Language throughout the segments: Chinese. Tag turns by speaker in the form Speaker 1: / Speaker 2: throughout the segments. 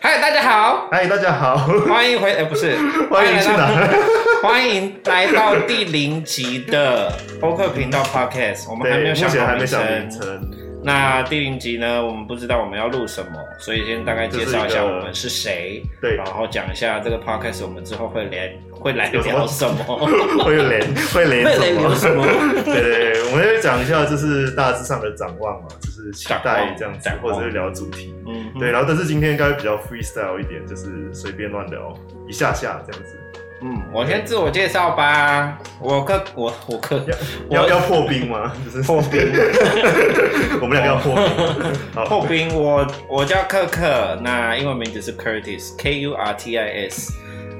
Speaker 1: 嗨，大家好，
Speaker 2: 嗨，大家好，
Speaker 1: 欢迎回，呃，不是，
Speaker 2: 欢迎去
Speaker 1: 来到
Speaker 2: 哪？
Speaker 1: 欢迎来到第零集的播客频道 Podcast。我们还没
Speaker 2: 对，
Speaker 1: 有
Speaker 2: 目
Speaker 1: 想
Speaker 2: 前
Speaker 1: 好
Speaker 2: 还没想
Speaker 1: 名
Speaker 2: 名
Speaker 1: 称。
Speaker 2: 称，
Speaker 1: 那第零集呢，我们不知道我们要录什么，所以先大概介绍一
Speaker 2: 这是一
Speaker 1: 下
Speaker 2: 个
Speaker 1: 我们是谁，
Speaker 2: 对
Speaker 1: 然后讲一下这个 Podcast 我们之后会连会来
Speaker 2: 有什么
Speaker 1: 聊什 么，
Speaker 2: 会 连会连
Speaker 1: 会来聊什
Speaker 2: 什
Speaker 1: 么
Speaker 2: 么？ 对对，对我们要讲一下，就是大致上的展望嘛，就是期待这样子
Speaker 1: 展，
Speaker 2: 或
Speaker 1: 望
Speaker 2: 者是聊主题。
Speaker 1: 嗯，
Speaker 2: 对，，然后但是今天应该比较 freestyle 一点，就是随便乱聊一下下这样子。
Speaker 1: 嗯，我先自我介绍吧，我哥，我我哥，
Speaker 2: 要
Speaker 1: 我
Speaker 2: 要破冰吗？ 就是破冰，我们两个要破 冰。好，
Speaker 1: 破冰，我我叫克克，那英文名字是 Curtis，K U R T I S。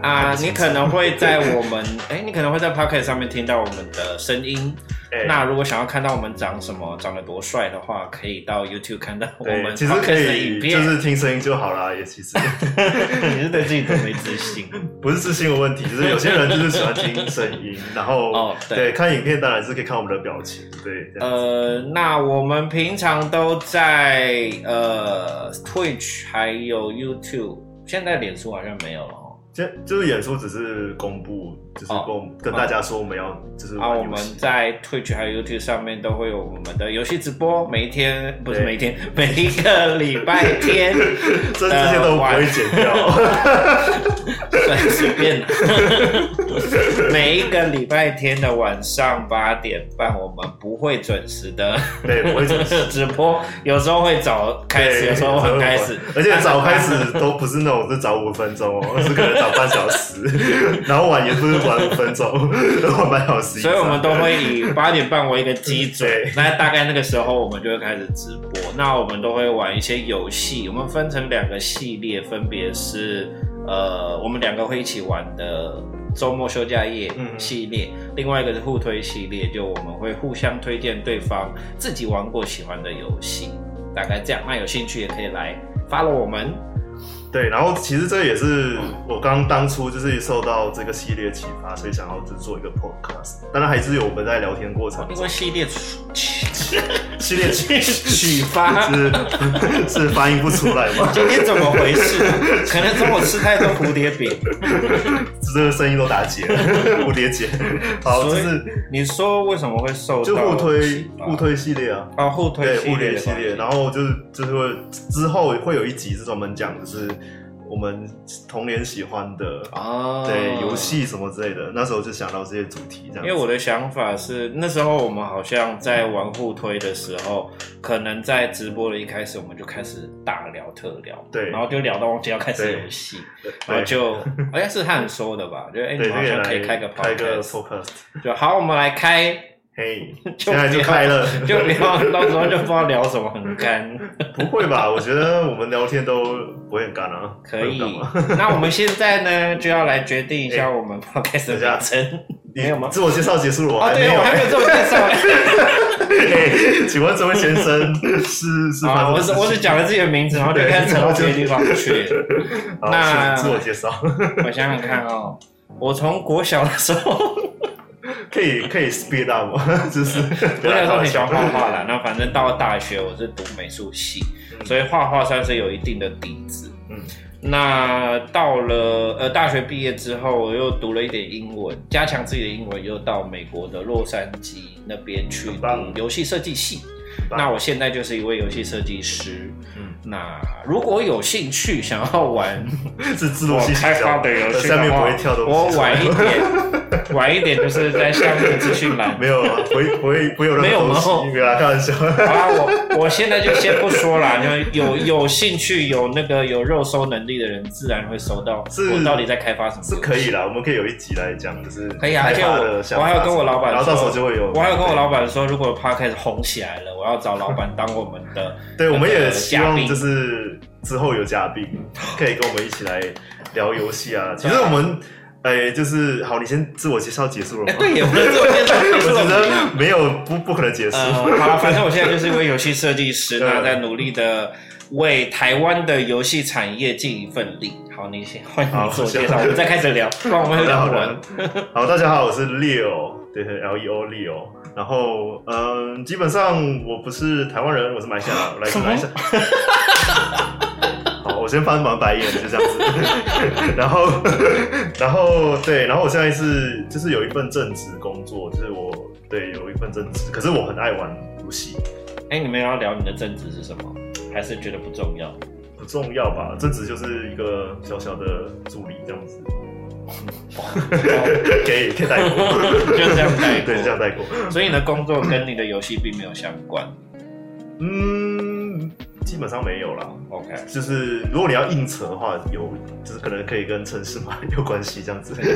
Speaker 1: 啊，你可能会 在我们，哎、你可能会在 p o c k e t 上面听到我们的声音。
Speaker 2: 哎
Speaker 1: 那如果想要看到我们长什么、长得多帅的话，可以到 YouTube 看到我
Speaker 2: 对，
Speaker 1: 们
Speaker 2: 其实可
Speaker 1: podcast 的影
Speaker 2: 以
Speaker 1: 片。
Speaker 2: 就、是听声音就好啦，也其实
Speaker 1: 你是对自己多没自信？
Speaker 2: 不是自信的问题，就是有些人就是喜欢听声音，然后
Speaker 1: 哦对
Speaker 2: 对看影片当然是可以看我们的表情，对，这样
Speaker 1: 呃，那我们平常都在呃 Twitch 还有 YouTube，现在脸书好像没有了哦。
Speaker 2: 现就是演出只是公布，就是
Speaker 1: 哦
Speaker 2: 跟我们跟大家说我们要就是
Speaker 1: 啊，
Speaker 2: 玩
Speaker 1: 我
Speaker 2: 游
Speaker 1: 们
Speaker 2: 戏，
Speaker 1: 在 Twitch 还有 YouTube 上面都会有我们的游戏直播，每一天不是
Speaker 2: 对
Speaker 1: 每一天，每一个礼拜天，
Speaker 2: 这这些都不会剪 掉。
Speaker 1: 啊对，随便 啦，每一个礼拜天的晚上八点半，我们不会准时 的
Speaker 2: 对，不会剪。
Speaker 1: 直播，有时候会早开始，
Speaker 2: 对
Speaker 1: 有时候晚开始，
Speaker 2: 而且早开始都不是那种是早五分钟哦， 是可能早半小时， 然后晚也不是晚五分钟， 然后半小时以 上。
Speaker 1: 所以我们都会以八点半为一个基准
Speaker 2: 对，
Speaker 1: 那大概那个时候我们就会开始直播。那我们都会玩一些游戏，我们分成两个系列，分别是呃，我们两个会一起玩的周末休假夜
Speaker 2: 嗯
Speaker 1: 系列，另外一个是互推系列，就我们会互相推荐对方自己玩过喜欢的游戏，大概这样。那有兴趣也可以来 follow 我们。
Speaker 2: 对，然后其实这也是我刚当初就是受到这个系列启发，所以想要就是做一个 podcast。当然还是有我们在聊天过程
Speaker 1: 因为系列取
Speaker 2: 系列
Speaker 1: 取取发。
Speaker 2: 是 是发音不出来 吗？
Speaker 1: 今天怎么回事？ 可能中午吃太多蝴蝶饼。
Speaker 2: 这个声音都打结了， 蝴蝶结。好，就
Speaker 1: 所以
Speaker 2: 是
Speaker 1: 你说为什么会受到
Speaker 2: 就互推
Speaker 1: 启发
Speaker 2: 互推系列啊，
Speaker 1: 啊互推
Speaker 2: 对，
Speaker 1: 系
Speaker 2: 互
Speaker 1: 列
Speaker 2: 推
Speaker 1: 的
Speaker 2: 系
Speaker 1: 关系
Speaker 2: 列。然后就是就是会之后会有一集是专门讲就是我们童年喜欢的。
Speaker 1: 啊
Speaker 2: 对游。戏什么之类的，那时候就想到这些主题这样子。
Speaker 1: 因为我的想法是，那时候我们好像在玩互推的时候，可能在直播的一开始，我们就开始大聊特聊，
Speaker 2: 对
Speaker 1: 然后就聊到忘记要开始游戏，然后
Speaker 2: 对
Speaker 1: 就好像是汉说的吧，就哎，你们
Speaker 2: 对，这
Speaker 1: 好
Speaker 2: 个也
Speaker 1: 像
Speaker 2: 来
Speaker 1: 可以开个
Speaker 2: 开个
Speaker 1: podcast，
Speaker 2: focus，
Speaker 1: 就好，我们来开，
Speaker 2: 嘿，
Speaker 1: 就
Speaker 2: 现在就开了，
Speaker 1: 就不要到时候就不知道聊什么，很干。
Speaker 2: 不会吧？我觉得我们聊天都不会很干啊，
Speaker 1: 可以
Speaker 2: 会很干吗，
Speaker 1: 那我们现在呢就要来决定一下
Speaker 2: 哎
Speaker 1: 我们 podcast
Speaker 2: 等一
Speaker 1: 的
Speaker 2: 下
Speaker 1: 名称。没有吗
Speaker 2: 你自我介绍结束了，我哎
Speaker 1: 哦，
Speaker 2: 还没
Speaker 1: 对，
Speaker 2: 有
Speaker 1: 我还没有这么介 绍。啊
Speaker 2: 嘿 请问这位先生是是发
Speaker 1: 啊，
Speaker 2: 生
Speaker 1: 我
Speaker 2: 什
Speaker 1: 是
Speaker 2: 么
Speaker 1: 我只
Speaker 2: 事情？
Speaker 1: 讲了自己的名字，然后就
Speaker 2: 对
Speaker 1: 开始扯
Speaker 2: 然
Speaker 1: 到
Speaker 2: 后
Speaker 1: 别
Speaker 2: 就
Speaker 1: 的地方去。
Speaker 2: 好
Speaker 1: 那
Speaker 2: 请自我介绍，
Speaker 1: 我想想看哦，我从国小的时候，
Speaker 2: 可以可以 speed up 吗？ 就是
Speaker 1: 国
Speaker 2: 不
Speaker 1: 小的
Speaker 2: 要
Speaker 1: 时候很喜欢画
Speaker 2: 开玩笑
Speaker 1: 画啦，那反正到了大学我是读美术系，
Speaker 2: 嗯
Speaker 1: 所以画画算是有一定的底子。
Speaker 2: 嗯
Speaker 1: 那到了呃大学毕业之后，我又读了一点英文，加强自己的英文，又到美国的洛杉矶那边去
Speaker 2: 很
Speaker 1: 读
Speaker 2: 棒
Speaker 1: 游戏设计系。
Speaker 2: 棒
Speaker 1: 那我现在就是一位游戏设计师。
Speaker 2: 嗯
Speaker 1: 那如果有兴趣想要 玩
Speaker 2: 是自
Speaker 1: 我
Speaker 2: 动性
Speaker 1: 开发的游戏
Speaker 2: 下
Speaker 1: 的
Speaker 2: 面不
Speaker 1: 话
Speaker 2: 会跳，东 西啊
Speaker 1: 我
Speaker 2: 出来
Speaker 1: 晚一点，晚一点就是在下面资讯 栏
Speaker 2: 没有啊，不会不会不会有
Speaker 1: 没
Speaker 2: 任
Speaker 1: 有
Speaker 2: 何
Speaker 1: 吗
Speaker 2: 东西，没有啦，开玩笑。
Speaker 1: 好啦，我我现在就先不说啦，就有有兴趣有那个有肉收能力的人，自然会收到
Speaker 2: 是
Speaker 1: 我到底在开发什么。
Speaker 2: 是可以啦，我们可以有一集来讲，就是
Speaker 1: 可以啊，
Speaker 2: 开
Speaker 1: 而且
Speaker 2: 发的
Speaker 1: 我
Speaker 2: 想
Speaker 1: 我
Speaker 2: 法
Speaker 1: 还有跟我老板说，
Speaker 2: 然后到时候就会有，
Speaker 1: 我还有跟我老板说，如果 p o d c a s 红起来了，我要找老板当我们 的
Speaker 2: 对，我们也希
Speaker 1: 嘉
Speaker 2: 望
Speaker 1: 宾
Speaker 2: 就是之后有嘉 宾可以跟我们一起来聊游戏啊。其实我们，哎、就是好，你先自我介绍结束了
Speaker 1: 哎、
Speaker 2: 吗？
Speaker 1: 对耶，我们自我介绍
Speaker 2: 我
Speaker 1: 结束
Speaker 2: 觉
Speaker 1: 了。
Speaker 2: 得没有不不可能结束。
Speaker 1: 呃，好了，反正我现在就是一位游戏设计 师，那在努力的为台湾的游戏产业尽一份力。好，你先欢迎
Speaker 2: 好
Speaker 1: 你自我介绍，我们再开始聊，不然我们
Speaker 2: 好
Speaker 1: 会
Speaker 2: 的
Speaker 1: 聊
Speaker 2: 好
Speaker 1: 不完
Speaker 2: 的。，好，大家好，我是 Leo，对，L E O Leo。然后，嗯，基 本 上我不是台湾人，我是马来西亚，我来自马来西亚。好，我先翻完白眼，就这样子。 然后，然后对，然后我现在是就是有一份正职工作，就是我对有一份正职，可是我很爱玩游戏，
Speaker 1: 哎、你们要聊你的政治是什么？还是觉得不重 要？
Speaker 2: 不重要吧？正职就是一个小小的助理这样子， 给可以带过，
Speaker 1: 哦就这样带过
Speaker 2: 对，这样带过。
Speaker 1: 所以你的工作跟你的游戏并没有相关。
Speaker 2: 嗯，基本上没有啦。
Speaker 1: OK，
Speaker 2: 就是如果你要硬扯的话，有就是可能可以跟城市码有关系这 样子。对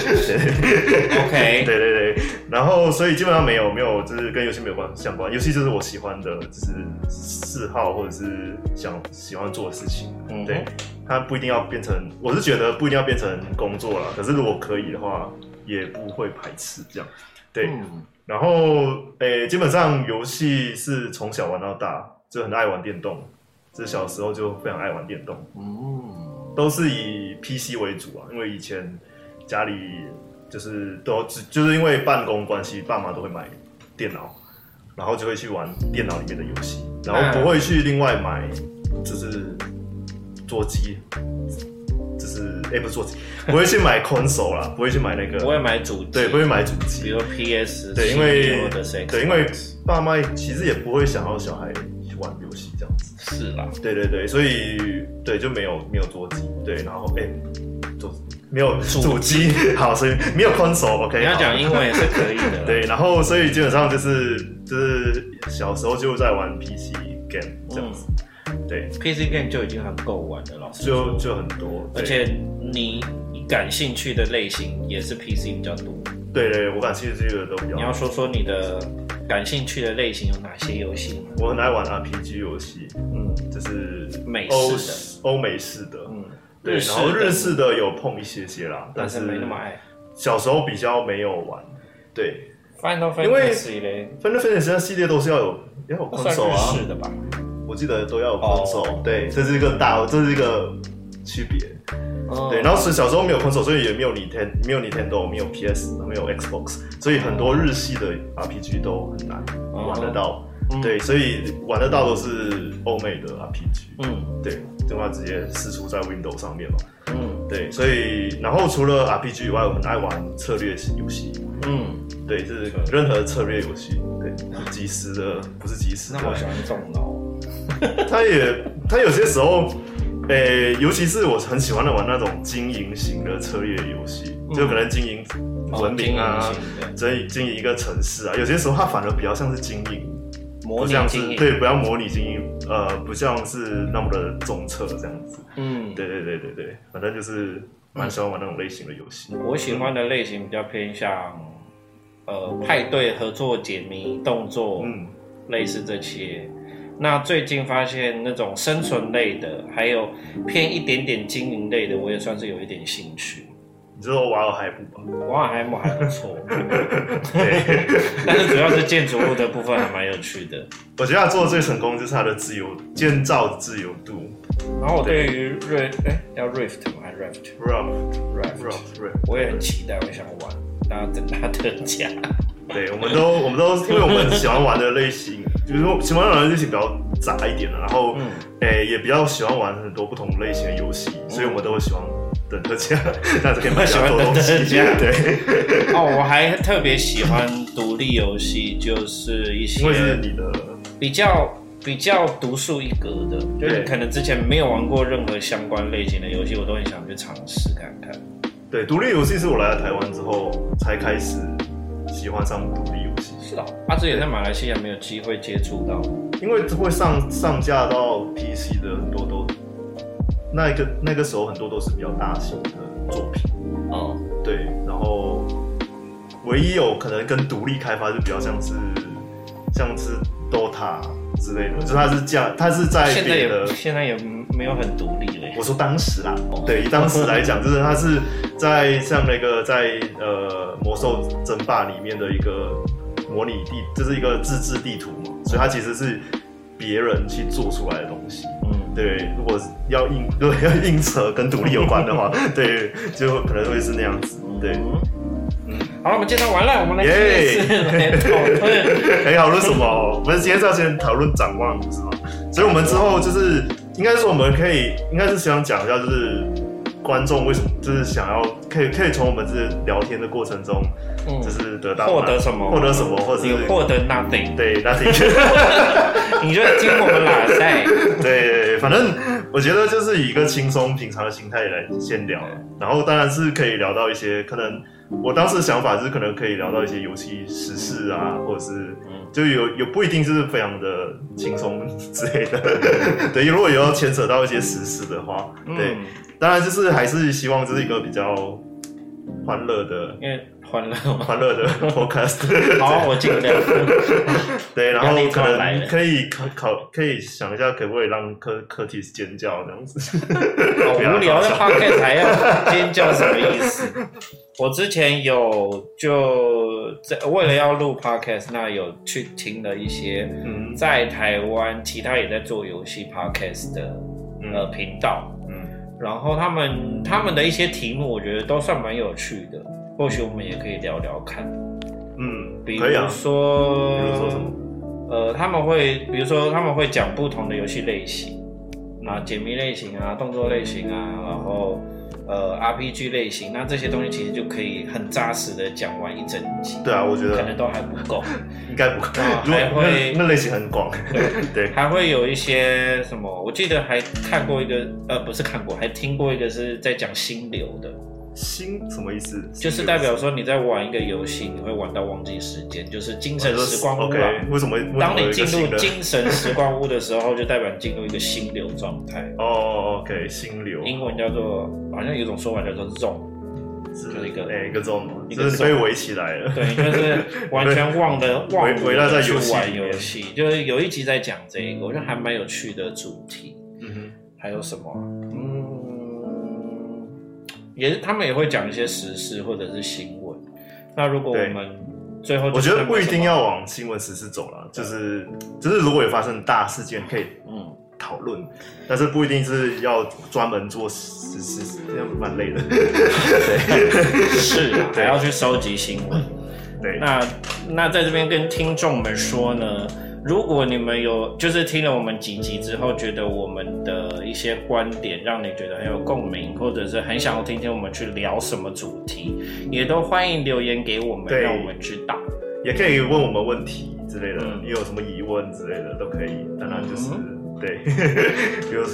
Speaker 1: OK
Speaker 2: 对对对，然后所以基本上没有没有就是跟游戏没有关相关，游戏就是我喜欢的，就是嗜好或者是想喜欢做的事情。
Speaker 1: 嗯哼
Speaker 2: 对，它不一定要变成，我是觉得不一定要变成工作啦。可是如果可以的话，也不会排斥这样。对，
Speaker 1: 嗯
Speaker 2: 然后，诶、基本上游戏是从小玩到大，就很爱玩电动。这小时候就非常爱玩电动，
Speaker 1: 嗯，
Speaker 2: 都是以 PC 为主啊，因为以前家里就是都只就是因为办公关系，爸妈都会买电脑，然后就会去玩电脑里面的游戏，然后不会去另外买就是桌机，就是诶、不是桌机，不会去买 console 啦，不会去买那
Speaker 1: 不会
Speaker 2: 个，
Speaker 1: 买主机，
Speaker 2: 对，不会买主机，
Speaker 1: 比如 PS，
Speaker 2: 对因为
Speaker 1: 或者是啊
Speaker 2: 对，因为爸妈其实也不会想要小孩玩游戏这样子。
Speaker 1: 是啦，
Speaker 2: 对对对，所以对就没有没有桌机，对，然后哎，桌没有
Speaker 1: 主
Speaker 2: 主机，好，所以没有 console，OK，、
Speaker 1: 你要讲
Speaker 2: 好。
Speaker 1: 英文也是可以的
Speaker 2: 对，，然后所以基本上就是就是小时候就在玩 PC game 这样子，
Speaker 1: 嗯
Speaker 2: 对，
Speaker 1: PC game 就已经很够玩了，老师
Speaker 2: 就就很多，对
Speaker 1: 而且你感兴趣的类型也是 PC 比较多。
Speaker 2: 对对，我感兴趣的都比较
Speaker 1: 你要说说你的感兴趣的类型有哪些游戏吗？
Speaker 2: 我很爱玩 RPG 游戏，
Speaker 1: 嗯
Speaker 2: 就是
Speaker 1: 美
Speaker 2: 欧
Speaker 1: 式
Speaker 2: 欧美式的，
Speaker 1: 嗯，
Speaker 2: 对，
Speaker 1: 式
Speaker 2: 然后日
Speaker 1: 的
Speaker 2: 式的有碰一些些啦，但
Speaker 1: 但
Speaker 2: 是
Speaker 1: 是没那么爱。
Speaker 2: 小时候比较没有玩。对
Speaker 1: Final
Speaker 2: 因为
Speaker 1: Fantasy 嘞，
Speaker 2: ，Final Fantasy 系列都是要有要有
Speaker 1: 哦算
Speaker 2: console
Speaker 1: 日
Speaker 2: 啊，
Speaker 1: 式的吧？
Speaker 2: 我记得都要有
Speaker 1: 哦
Speaker 2: console、对，这是一个大，这是一个区别。哦对，
Speaker 1: 后
Speaker 2: 然后是小时候没有 console，所以也没有 Nintendo，没有 Nintendo，没有 PS，没有 Xbox，所以很多日系的 RPG 都很难
Speaker 1: 哦
Speaker 2: 玩得到。对，，所以玩得到都是欧美的 RPG。
Speaker 1: 嗯
Speaker 2: 对，对吧？直接试出在 Windows 上面嘛。
Speaker 1: 嗯
Speaker 2: 对，所以然后除了 RPG 以外，我很爱玩策略型游戏。
Speaker 1: 嗯，
Speaker 2: 对，就是任何策略游戏，对，即时的不是即时的
Speaker 1: 那，我喜欢动脑。
Speaker 2: 它也它有些时候，诶、尤其是我很喜欢的玩那种经营型的策略游戏，
Speaker 1: 嗯
Speaker 2: 就可能经营文明啊
Speaker 1: 哦，经营型
Speaker 2: 所以经营一个城市啊，有些时候它反而比较像是经营，
Speaker 1: 的模
Speaker 2: 不
Speaker 1: 拟
Speaker 2: 像
Speaker 1: 经
Speaker 2: 是
Speaker 1: 营，
Speaker 2: 对，不要模拟经营，呃，不像是那么的重策这样子。
Speaker 1: 嗯，
Speaker 2: 对对对对对，反正就是蛮喜欢玩那种类型的游戏。
Speaker 1: 我喜欢的类型比较偏向呃派对、合作、解谜、动作，
Speaker 2: 嗯，
Speaker 1: 类似这些。那最近发现那种生存类的，还有偏一点点经营类的，我也算是有一点兴趣。
Speaker 2: 你知道瓦尔海姆吧？
Speaker 1: 瓦尔海姆还不错，
Speaker 2: 对。
Speaker 1: 但是主要是建筑物的部分还蛮有趣的。
Speaker 2: 我觉得他做的最成功就是他的自由建造自由度
Speaker 1: 然后我对于瑞哎、要 Rift 吗？还是 Rift
Speaker 2: ，rap
Speaker 1: Rift，
Speaker 2: rap rap。
Speaker 1: 我也很期待，我想玩，然 后等它特价。
Speaker 2: 对，我们都我们都因为我们喜欢玩的类型，就是说喜欢玩的类型比较杂一点啊的，然后
Speaker 1: 嗯
Speaker 2: 诶、也比较喜欢玩很多不同类型的游戏，所以我们都会喜欢等特价，这样子可以买比较多东西
Speaker 1: 嗯 喜欢等特。价
Speaker 2: 对，
Speaker 1: 哦，我还特别喜欢独立游戏，就是一些
Speaker 2: 因为是你的
Speaker 1: 比较比较独树一格的，就是
Speaker 2: 对
Speaker 1: 你可能之前没有玩过任何相关类型的游戏，我都很想去尝试看看。
Speaker 2: 对独立游戏是我来到台湾之后才开始喜欢上独立游戏，
Speaker 1: 是的，阿志也在马来西亚没有机会接触到，
Speaker 2: 因为会上上架到 PC 的很多都，那一个那个时候很多都是比较大型的作品，
Speaker 1: 哦，
Speaker 2: 对，然后唯一有可能跟独立开发就比较像是像是 DOTA 之类的，就是它是架，它是在
Speaker 1: 现在
Speaker 2: 别的
Speaker 1: 也，现在也没有很独立了耶。
Speaker 2: 我说当时啦，对，以当时来讲，就是它是在像那个在呃魔兽争霸里面的一个模拟地，就是一个自制地图嘛，所以它其实是别人去做出来的东西。
Speaker 1: 嗯，
Speaker 2: 对，如果要硬， 如果要硬扯跟独立有关的话，对，就可能会是那样子。对，嗯
Speaker 1: 好了，我们介绍完了，我们来
Speaker 2: 耶
Speaker 1: 正式来讨论。
Speaker 2: 哎可以讨论什么？我们今天是要先讨论展望，不是吗？所以我们之后就是应该是我们可以，应该是想讲一下，就是观众为什么就是想要可以可以从我们这聊天的过程中，
Speaker 1: 嗯
Speaker 2: 就是得到
Speaker 1: 获得什么？
Speaker 2: 获得什么，或者
Speaker 1: 你
Speaker 2: 是
Speaker 1: 获得 nothing，
Speaker 2: 对那 o
Speaker 1: 你就听我们 拉塞。
Speaker 2: 对，反正我觉得就是以一个轻松平常的心态来先聊，然后当然是可以聊到一些可能我当时的想法是可能可以聊到一些游戏时事啊，或者是
Speaker 1: 嗯
Speaker 2: 就有有不一定是非常的轻松 之类的，对，如果有要牵扯到一些时事的话，对，
Speaker 1: 嗯，
Speaker 2: 当然就是还是希望这是一个比较欢乐的、
Speaker 1: 因为欢乐嘛。
Speaker 2: 欢乐 的 podcast，
Speaker 1: 好，我尽量。
Speaker 2: 对，然后
Speaker 1: 压力突
Speaker 2: 可
Speaker 1: 然来了
Speaker 2: 能可以考考，可以想一下可不可以让科科提尖叫这样子，
Speaker 1: 好无聊的 podcast 还要尖叫什么意思？我之前有就在为了要录 podcast，那有去听了一些
Speaker 2: 嗯
Speaker 1: 在台湾其他也在做游戏 podcast 的呃
Speaker 2: 嗯
Speaker 1: 频道，
Speaker 2: 嗯，
Speaker 1: 然后他们他们的一些题目，我觉得都算蛮有趣的，或许我们也可以聊聊看，
Speaker 2: 嗯，
Speaker 1: 比
Speaker 2: 可以
Speaker 1: 如
Speaker 2: 啊，比
Speaker 1: 说，
Speaker 2: 如说什么，
Speaker 1: 呃，他们会，比如说他们会讲不同的游戏类型啊，解谜类型啊，动作类型啊，然后呃 RPG 类型，那这些东西其实就可以很扎实的讲完一整集，
Speaker 2: 对啊，我觉
Speaker 1: 可
Speaker 2: 得
Speaker 1: 能都还不 够，
Speaker 2: 应该不会
Speaker 1: 啊，
Speaker 2: 如果
Speaker 1: 还会
Speaker 2: 那那类型很广， 对，
Speaker 1: 还会有一些什么，我记得还看过一个，呃，不是看过，还听过一个是在讲心流的，
Speaker 2: 心什么意思？
Speaker 1: 就是代表说你在玩一个游戏，你会玩到忘记时间，就是精神时光屋啊。
Speaker 2: 哦，OK，为什么？为什么
Speaker 1: 当
Speaker 2: 有
Speaker 1: 你
Speaker 2: 一个
Speaker 1: 进
Speaker 2: 新
Speaker 1: 入
Speaker 2: 的
Speaker 1: 精神时光屋的时候，就代表你进入一个心流状态。
Speaker 2: 哦，OK，心流，
Speaker 1: 英文叫做，好像有一种说法叫做 zone，就是一个
Speaker 2: 哎一个这种，
Speaker 1: 一个
Speaker 2: 就是你被围起来了，
Speaker 1: 对， 就是完全忘了忘
Speaker 2: 围围绕在
Speaker 1: 了去
Speaker 2: 游戏
Speaker 1: 玩
Speaker 2: 里面
Speaker 1: 游戏，就是有一集在讲这个，我觉得还蛮有趣的主题。
Speaker 2: 嗯哼，
Speaker 1: 还有什么啊？嗯，也是他们也会讲一些时事或者是新闻。那如果我
Speaker 2: 对
Speaker 1: 们最后就
Speaker 2: 我
Speaker 1: 是
Speaker 2: 觉得不一定
Speaker 1: 那个什么，
Speaker 2: 要往新闻时事走了，就是就是如果有发生大事件可以
Speaker 1: 嗯，
Speaker 2: 讨论，但是不一定是要专门做实施，这样蛮累的。
Speaker 1: 是啊，还
Speaker 2: 对
Speaker 1: 要去收集新闻。
Speaker 2: 对，
Speaker 1: 那那在这边跟听众们说呢，如果你们有就是听了我们几集之后，觉得我们的一些观点让你觉得很有共鸣，或者是很想要听听我们去聊什么主题，也都欢迎留言给我们，
Speaker 2: 对
Speaker 1: 让我们知道。
Speaker 2: 也可以问我们问题之类的，
Speaker 1: 嗯
Speaker 2: 你有什么疑问之类的都可以。当然就是、对， 比如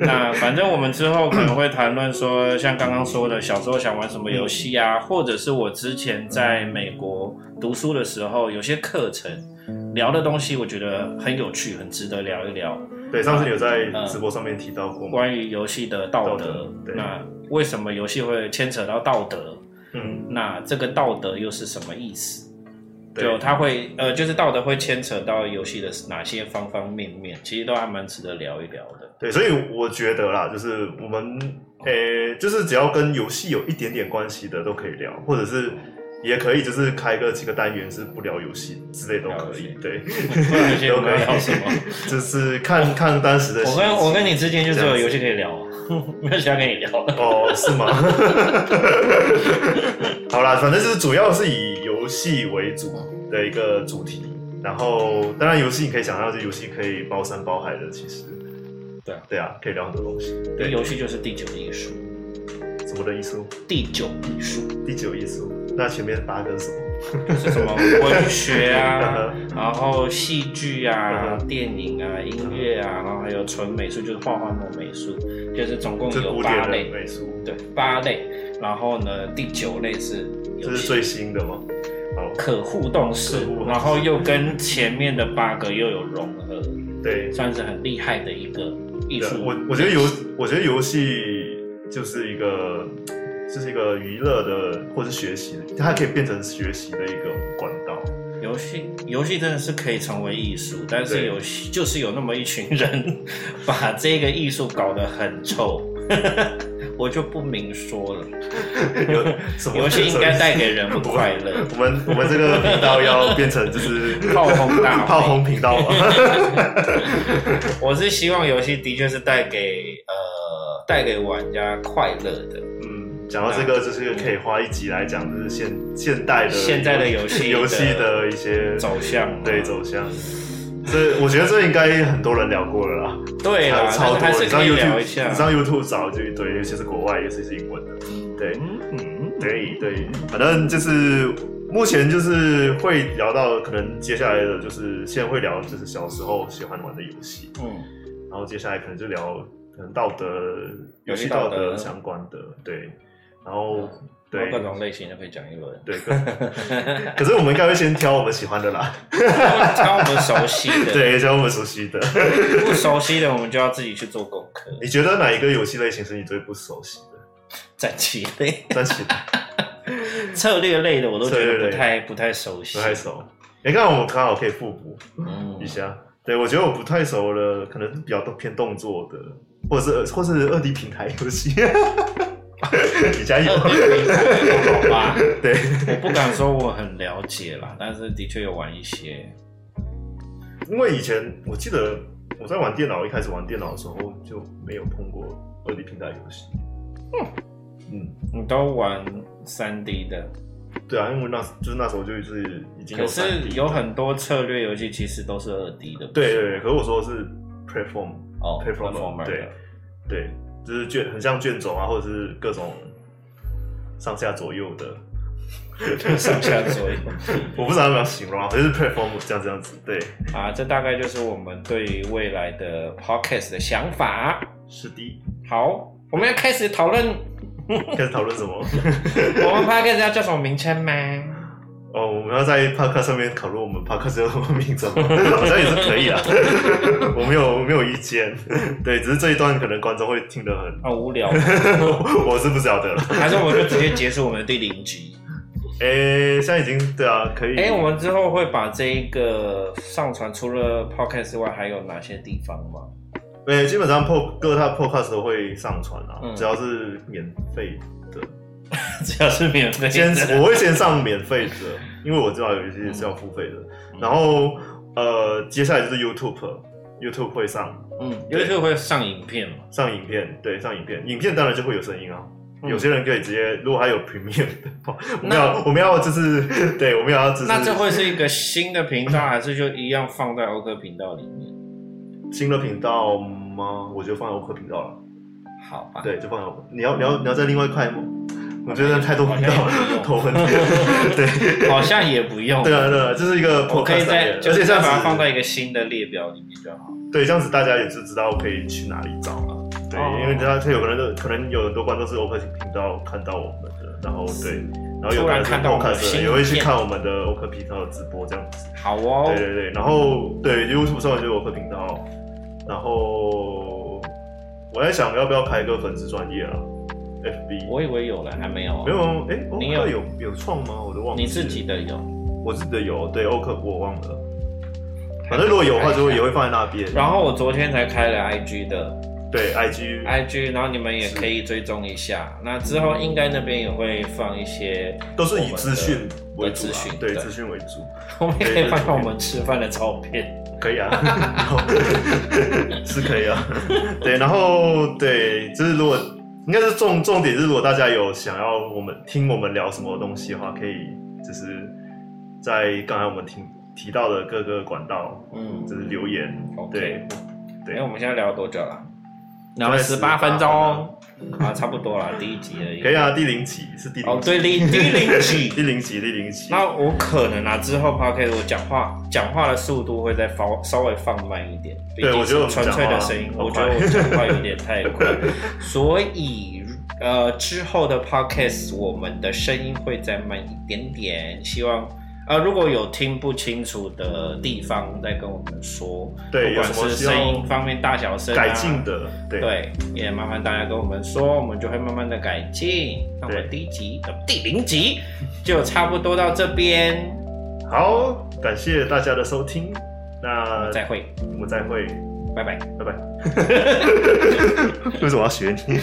Speaker 1: 那反正我们之后可能会谈论说，像刚刚说的，小时候想玩什么游戏啊，或者是我之前在美国读书的时候，有些课程聊的东西，我觉得很有趣，很值得聊一聊。
Speaker 2: 对，上次你有在
Speaker 1: 嗯
Speaker 2: 直播上面提到过嘛？
Speaker 1: 关于游戏的道
Speaker 2: 道
Speaker 1: 德
Speaker 2: 德，对
Speaker 1: 那为什么游戏会牵扯到道德？
Speaker 2: 嗯，
Speaker 1: 那这个道德又是什么意思？就
Speaker 2: 对，
Speaker 1: 它会呃，就是道德会牵扯到游戏的哪些方方面面，其实都还蛮值得聊一聊的。
Speaker 2: 对，所以我觉得啦，就是我们诶、就是只要跟游戏有一点点关系的都可以聊，或者是。也可以，就是开个几个单元是不聊游戏之类都可以
Speaker 1: 了解，
Speaker 2: 对，
Speaker 1: 不然有些我
Speaker 2: 都可
Speaker 1: 们
Speaker 2: 以
Speaker 1: 聊什么？
Speaker 2: 就是看看当时的心
Speaker 1: 我
Speaker 2: 情。
Speaker 1: 跟我跟你之间就只有游戏可以聊， 没有其他可以聊了。
Speaker 2: 哦，是吗？ 好啦，反正就是主要是以游戏为主的一个主题，然后当然游戏你可以想象，这游戏可以包山包海的，其实
Speaker 1: 对啊
Speaker 2: 对啊，可以聊很多东西。对，
Speaker 1: 游戏就是第九艺术，
Speaker 2: 什么的艺术？
Speaker 1: 第九艺术
Speaker 2: 第九艺术，那前面八个是什么？
Speaker 1: 就是 什么文学啊，
Speaker 2: 嗯
Speaker 1: 然后戏剧啊、
Speaker 2: 嗯哼
Speaker 1: 电影啊、音乐啊，然后还有纯美术，就是画画墨美术，就是总共
Speaker 2: 这
Speaker 1: 嗯有
Speaker 2: 古典
Speaker 1: 八
Speaker 2: 的
Speaker 1: 类，
Speaker 2: 美术，
Speaker 1: 对，八类。然后呢，第九类是
Speaker 2: 这
Speaker 1: 游
Speaker 2: 是
Speaker 1: 戏
Speaker 2: 最新的吗？好，
Speaker 1: 可互动式
Speaker 2: 可互，动
Speaker 1: 然后又跟前面的八个又有融合，
Speaker 2: 对，
Speaker 1: 算是很厉害的一个艺
Speaker 2: 对
Speaker 1: 术。
Speaker 2: 我我觉得游，我觉得游戏就是一个，就是一个娱乐的或是学习的，它可以变成学习的一个管 道。
Speaker 1: 游戏游戏真的是可以成为艺术，但是
Speaker 2: 对
Speaker 1: 有就是有那么一群人 把这个艺术搞得很臭， 我就不明说了。
Speaker 2: 有什么
Speaker 1: 游戏应该带给人们快乐
Speaker 2: ，我们我们这个频道要变成就是
Speaker 1: 炮轰大会
Speaker 2: 炮轰 频道嘛？
Speaker 1: 我是希望游戏的确是带给呃带给玩家快乐的。
Speaker 2: 嗯，讲到这个就是可以花一集来讲，就是现现代的
Speaker 1: 现在的游戏
Speaker 2: 游戏
Speaker 1: 的
Speaker 2: 的一些
Speaker 1: 走向啊
Speaker 2: 对走向。这我觉得这应该很多人聊过了啦，
Speaker 1: 对啦，
Speaker 2: 超多。
Speaker 1: 但是还
Speaker 2: 你
Speaker 1: 是
Speaker 2: 上
Speaker 1: 可以聊
Speaker 2: YouTube，
Speaker 1: 一下
Speaker 2: 你。上 YouTube 找就一堆，尤其是国外，尤其是英文的。对，
Speaker 1: 嗯，
Speaker 2: 对对，反正就是目前就是会聊到，可能接下来的就是现在会聊就是小时候喜欢玩的游戏，
Speaker 1: 嗯，
Speaker 2: 然后接下来可能就聊可能道德、
Speaker 1: 游
Speaker 2: 游
Speaker 1: 戏
Speaker 2: 戏
Speaker 1: 道
Speaker 2: 道
Speaker 1: 德
Speaker 2: 德哦相关的，对，然后
Speaker 1: 然
Speaker 2: 对，
Speaker 1: 后各种类型都可以讲一轮
Speaker 2: 对，可 可是我们应该会先挑我们喜欢的啦，
Speaker 1: 挑我们熟悉的，，
Speaker 2: 对，挑我们熟悉的。
Speaker 1: 不熟悉的我们就要自己去做功课。
Speaker 2: 你觉得哪一个游戏类型是你最不熟悉的？
Speaker 1: 战棋类、
Speaker 2: 但其实
Speaker 1: 策略类的我都觉
Speaker 2: 策略
Speaker 1: 得
Speaker 2: 类
Speaker 1: 不太不太熟悉
Speaker 2: 不。太熟。啊你看，我们刚好可以互补
Speaker 1: 嗯
Speaker 2: 一下。对，我觉得我不太熟了，可能是比较偏动作的，或者是或是二 D 平台游戏。 你加油！
Speaker 1: 好吧，
Speaker 2: 哦对，
Speaker 1: 我不敢说我很了解啦，但是的确有玩一些。
Speaker 2: 因为以前我记得我在玩电脑，一开始玩电脑的时候就没有碰过二 D 平台游戏。嗯
Speaker 1: 你都玩三 D 的，
Speaker 2: 对啊，因为那就是那时候就是已经有
Speaker 1: 可是
Speaker 2: 3D
Speaker 1: 有很多策略游戏其实都是二 D 的。
Speaker 2: 对对对，可是我说的是 platform
Speaker 1: 哦
Speaker 2: Platformer，
Speaker 1: ，platformer 的
Speaker 2: 对对，就是卷很像卷轴啊，或者是各种上下左右的，
Speaker 1: 上下左右
Speaker 2: 我不知道要怎么形容啊，反正是 platform 这样这样子。对，
Speaker 1: 啊，这大概就是我们对于未来的 podcast 的想法。
Speaker 2: 是的。
Speaker 1: 好，我们要开始讨论
Speaker 2: 开始讨论什么？
Speaker 1: 我们 podcast 要叫什么名称吗？
Speaker 2: 哦，我们要在 podcast 上面讨论我们 podcast 有什么 名字吗？好像也是可以啊， 我没有我没有意见。对，只是这一段可能观众会听得很，
Speaker 1: 好啊无聊，
Speaker 2: 我是不晓得了。
Speaker 1: 还是我们就直接结束我们的第零集？
Speaker 2: 诶、现在已经对啊，可以。
Speaker 1: 哎、我们之后会把这一个上传，除了 podcast 之外，还有哪些地方吗？
Speaker 2: 诶、基本上 pod 各大 podcast 都会上传啊，
Speaker 1: 嗯
Speaker 2: 只要是免费的。
Speaker 1: 只要是免费
Speaker 2: 先
Speaker 1: 的，嗯
Speaker 2: 我会先上免费的，因为我知道有一些是要付费的。
Speaker 1: 嗯
Speaker 2: 然后呃，接下来就是 YouTube，YouTube 会上
Speaker 1: 嗯，因
Speaker 2: 对
Speaker 1: 为这会上影片嘛，
Speaker 2: 上影片，对，上影片，影片当然就会有声音啊。
Speaker 1: 嗯
Speaker 2: 有些人可以直接，如果他有 Premium 的话，我们
Speaker 1: 那
Speaker 2: 要我们要就是对，我们要就是
Speaker 1: 那这会是一个新的频道，还是就一样放在欧哥频道里面？
Speaker 2: 新的频道吗？我就放在我客频道了。
Speaker 1: 好吧，
Speaker 2: 对，就放在我你要你要你要在另外一块吗？我觉得太多频道
Speaker 1: 好像也不用
Speaker 2: 头昏。 对
Speaker 1: 好像也不用，
Speaker 2: 对啊对啊，这是一个 podcast，
Speaker 1: 我可以在，
Speaker 2: 而
Speaker 1: 就
Speaker 2: 且
Speaker 1: 是
Speaker 2: 这
Speaker 1: 再
Speaker 2: 样子
Speaker 1: 把它放在一个新的列表里面就好。
Speaker 2: 对，这样子大家也就知道可以去哪里找了。对，
Speaker 1: 哦
Speaker 2: 因为大家有可能可能有很多观众是 Open 频道看到我们的，然后对，然后有
Speaker 1: 突
Speaker 2: 可
Speaker 1: 然
Speaker 2: 能是
Speaker 1: 看到我们
Speaker 2: Podcast
Speaker 1: 新
Speaker 2: 的也会去
Speaker 1: 片
Speaker 2: 看我们的 Open 频道的直播这样子。
Speaker 1: 好哦
Speaker 2: 对，对对，然后对 YouTube 上面就有 Open 频道，然后我在想要不要开一个粉丝专业啊，FB
Speaker 1: 我以为有了，还没有。
Speaker 2: 没有，啊？哎，欧
Speaker 1: 你有
Speaker 2: 克有有创吗？我都忘了。
Speaker 1: 你自己的有。
Speaker 2: 我自己的有，对欧克我忘了，反正如果有的话就会也会放在那边。
Speaker 1: 然后我昨天才开了 IG 的
Speaker 2: 对 IG
Speaker 1: IG，然后你们也可以追踪一下。那之后应该那边也会放一些，
Speaker 2: 都是以资讯为主
Speaker 1: 资
Speaker 2: 啦
Speaker 1: 讯
Speaker 2: 对
Speaker 1: 对
Speaker 2: 资讯为主，
Speaker 1: 我们也可以放上我们吃饭的照片。
Speaker 2: 可以啊， 然后是可以啊，对，然后对，就是如果应该是重重点是，如果大家有想要我们听我们聊什么东西的话，可以就是在刚才我们听提到的各个管道，
Speaker 1: 嗯
Speaker 2: 就是留言，
Speaker 1: OK
Speaker 2: 对
Speaker 1: 哎，我们现在聊了多久了？
Speaker 2: 大
Speaker 1: 聊
Speaker 2: 概
Speaker 1: 了十
Speaker 2: 18
Speaker 1: 八分
Speaker 2: 分
Speaker 1: 钟
Speaker 2: 钟，
Speaker 1: 啊，差不多了，第一集而已。
Speaker 2: 可以啊，第零集是第
Speaker 1: 哦
Speaker 2: 零，
Speaker 1: 对，
Speaker 2: 集，
Speaker 1: 第第零集
Speaker 2: 第。零集，第零集，
Speaker 1: 那我可能啊，之后 podcast 我讲话讲话的速度会再放稍微放慢一点，
Speaker 2: 对我觉得我
Speaker 1: 毕
Speaker 2: 们
Speaker 1: 竟是纯粹的声音，
Speaker 2: 讲话
Speaker 1: 我觉得我讲话有点太 快，所以呃之后的 podcast 我们的声音会再慢一点点，希望。呃，如果有听不清楚的地方，再跟我们说。不
Speaker 2: 对有
Speaker 1: 管
Speaker 2: 什么
Speaker 1: 是
Speaker 2: 需要
Speaker 1: 声音方面、大小声、啊、
Speaker 2: 改进的，对
Speaker 1: 对，也麻烦大家跟我们说，我们就会慢慢的改进。那我们
Speaker 2: 对
Speaker 1: 第一集、呃、第零集就差不多到这边，
Speaker 2: 好，感谢大家的收听，那
Speaker 1: 再会，
Speaker 2: 我们再会。
Speaker 1: 拜拜。
Speaker 2: 拜拜。为什么要学你？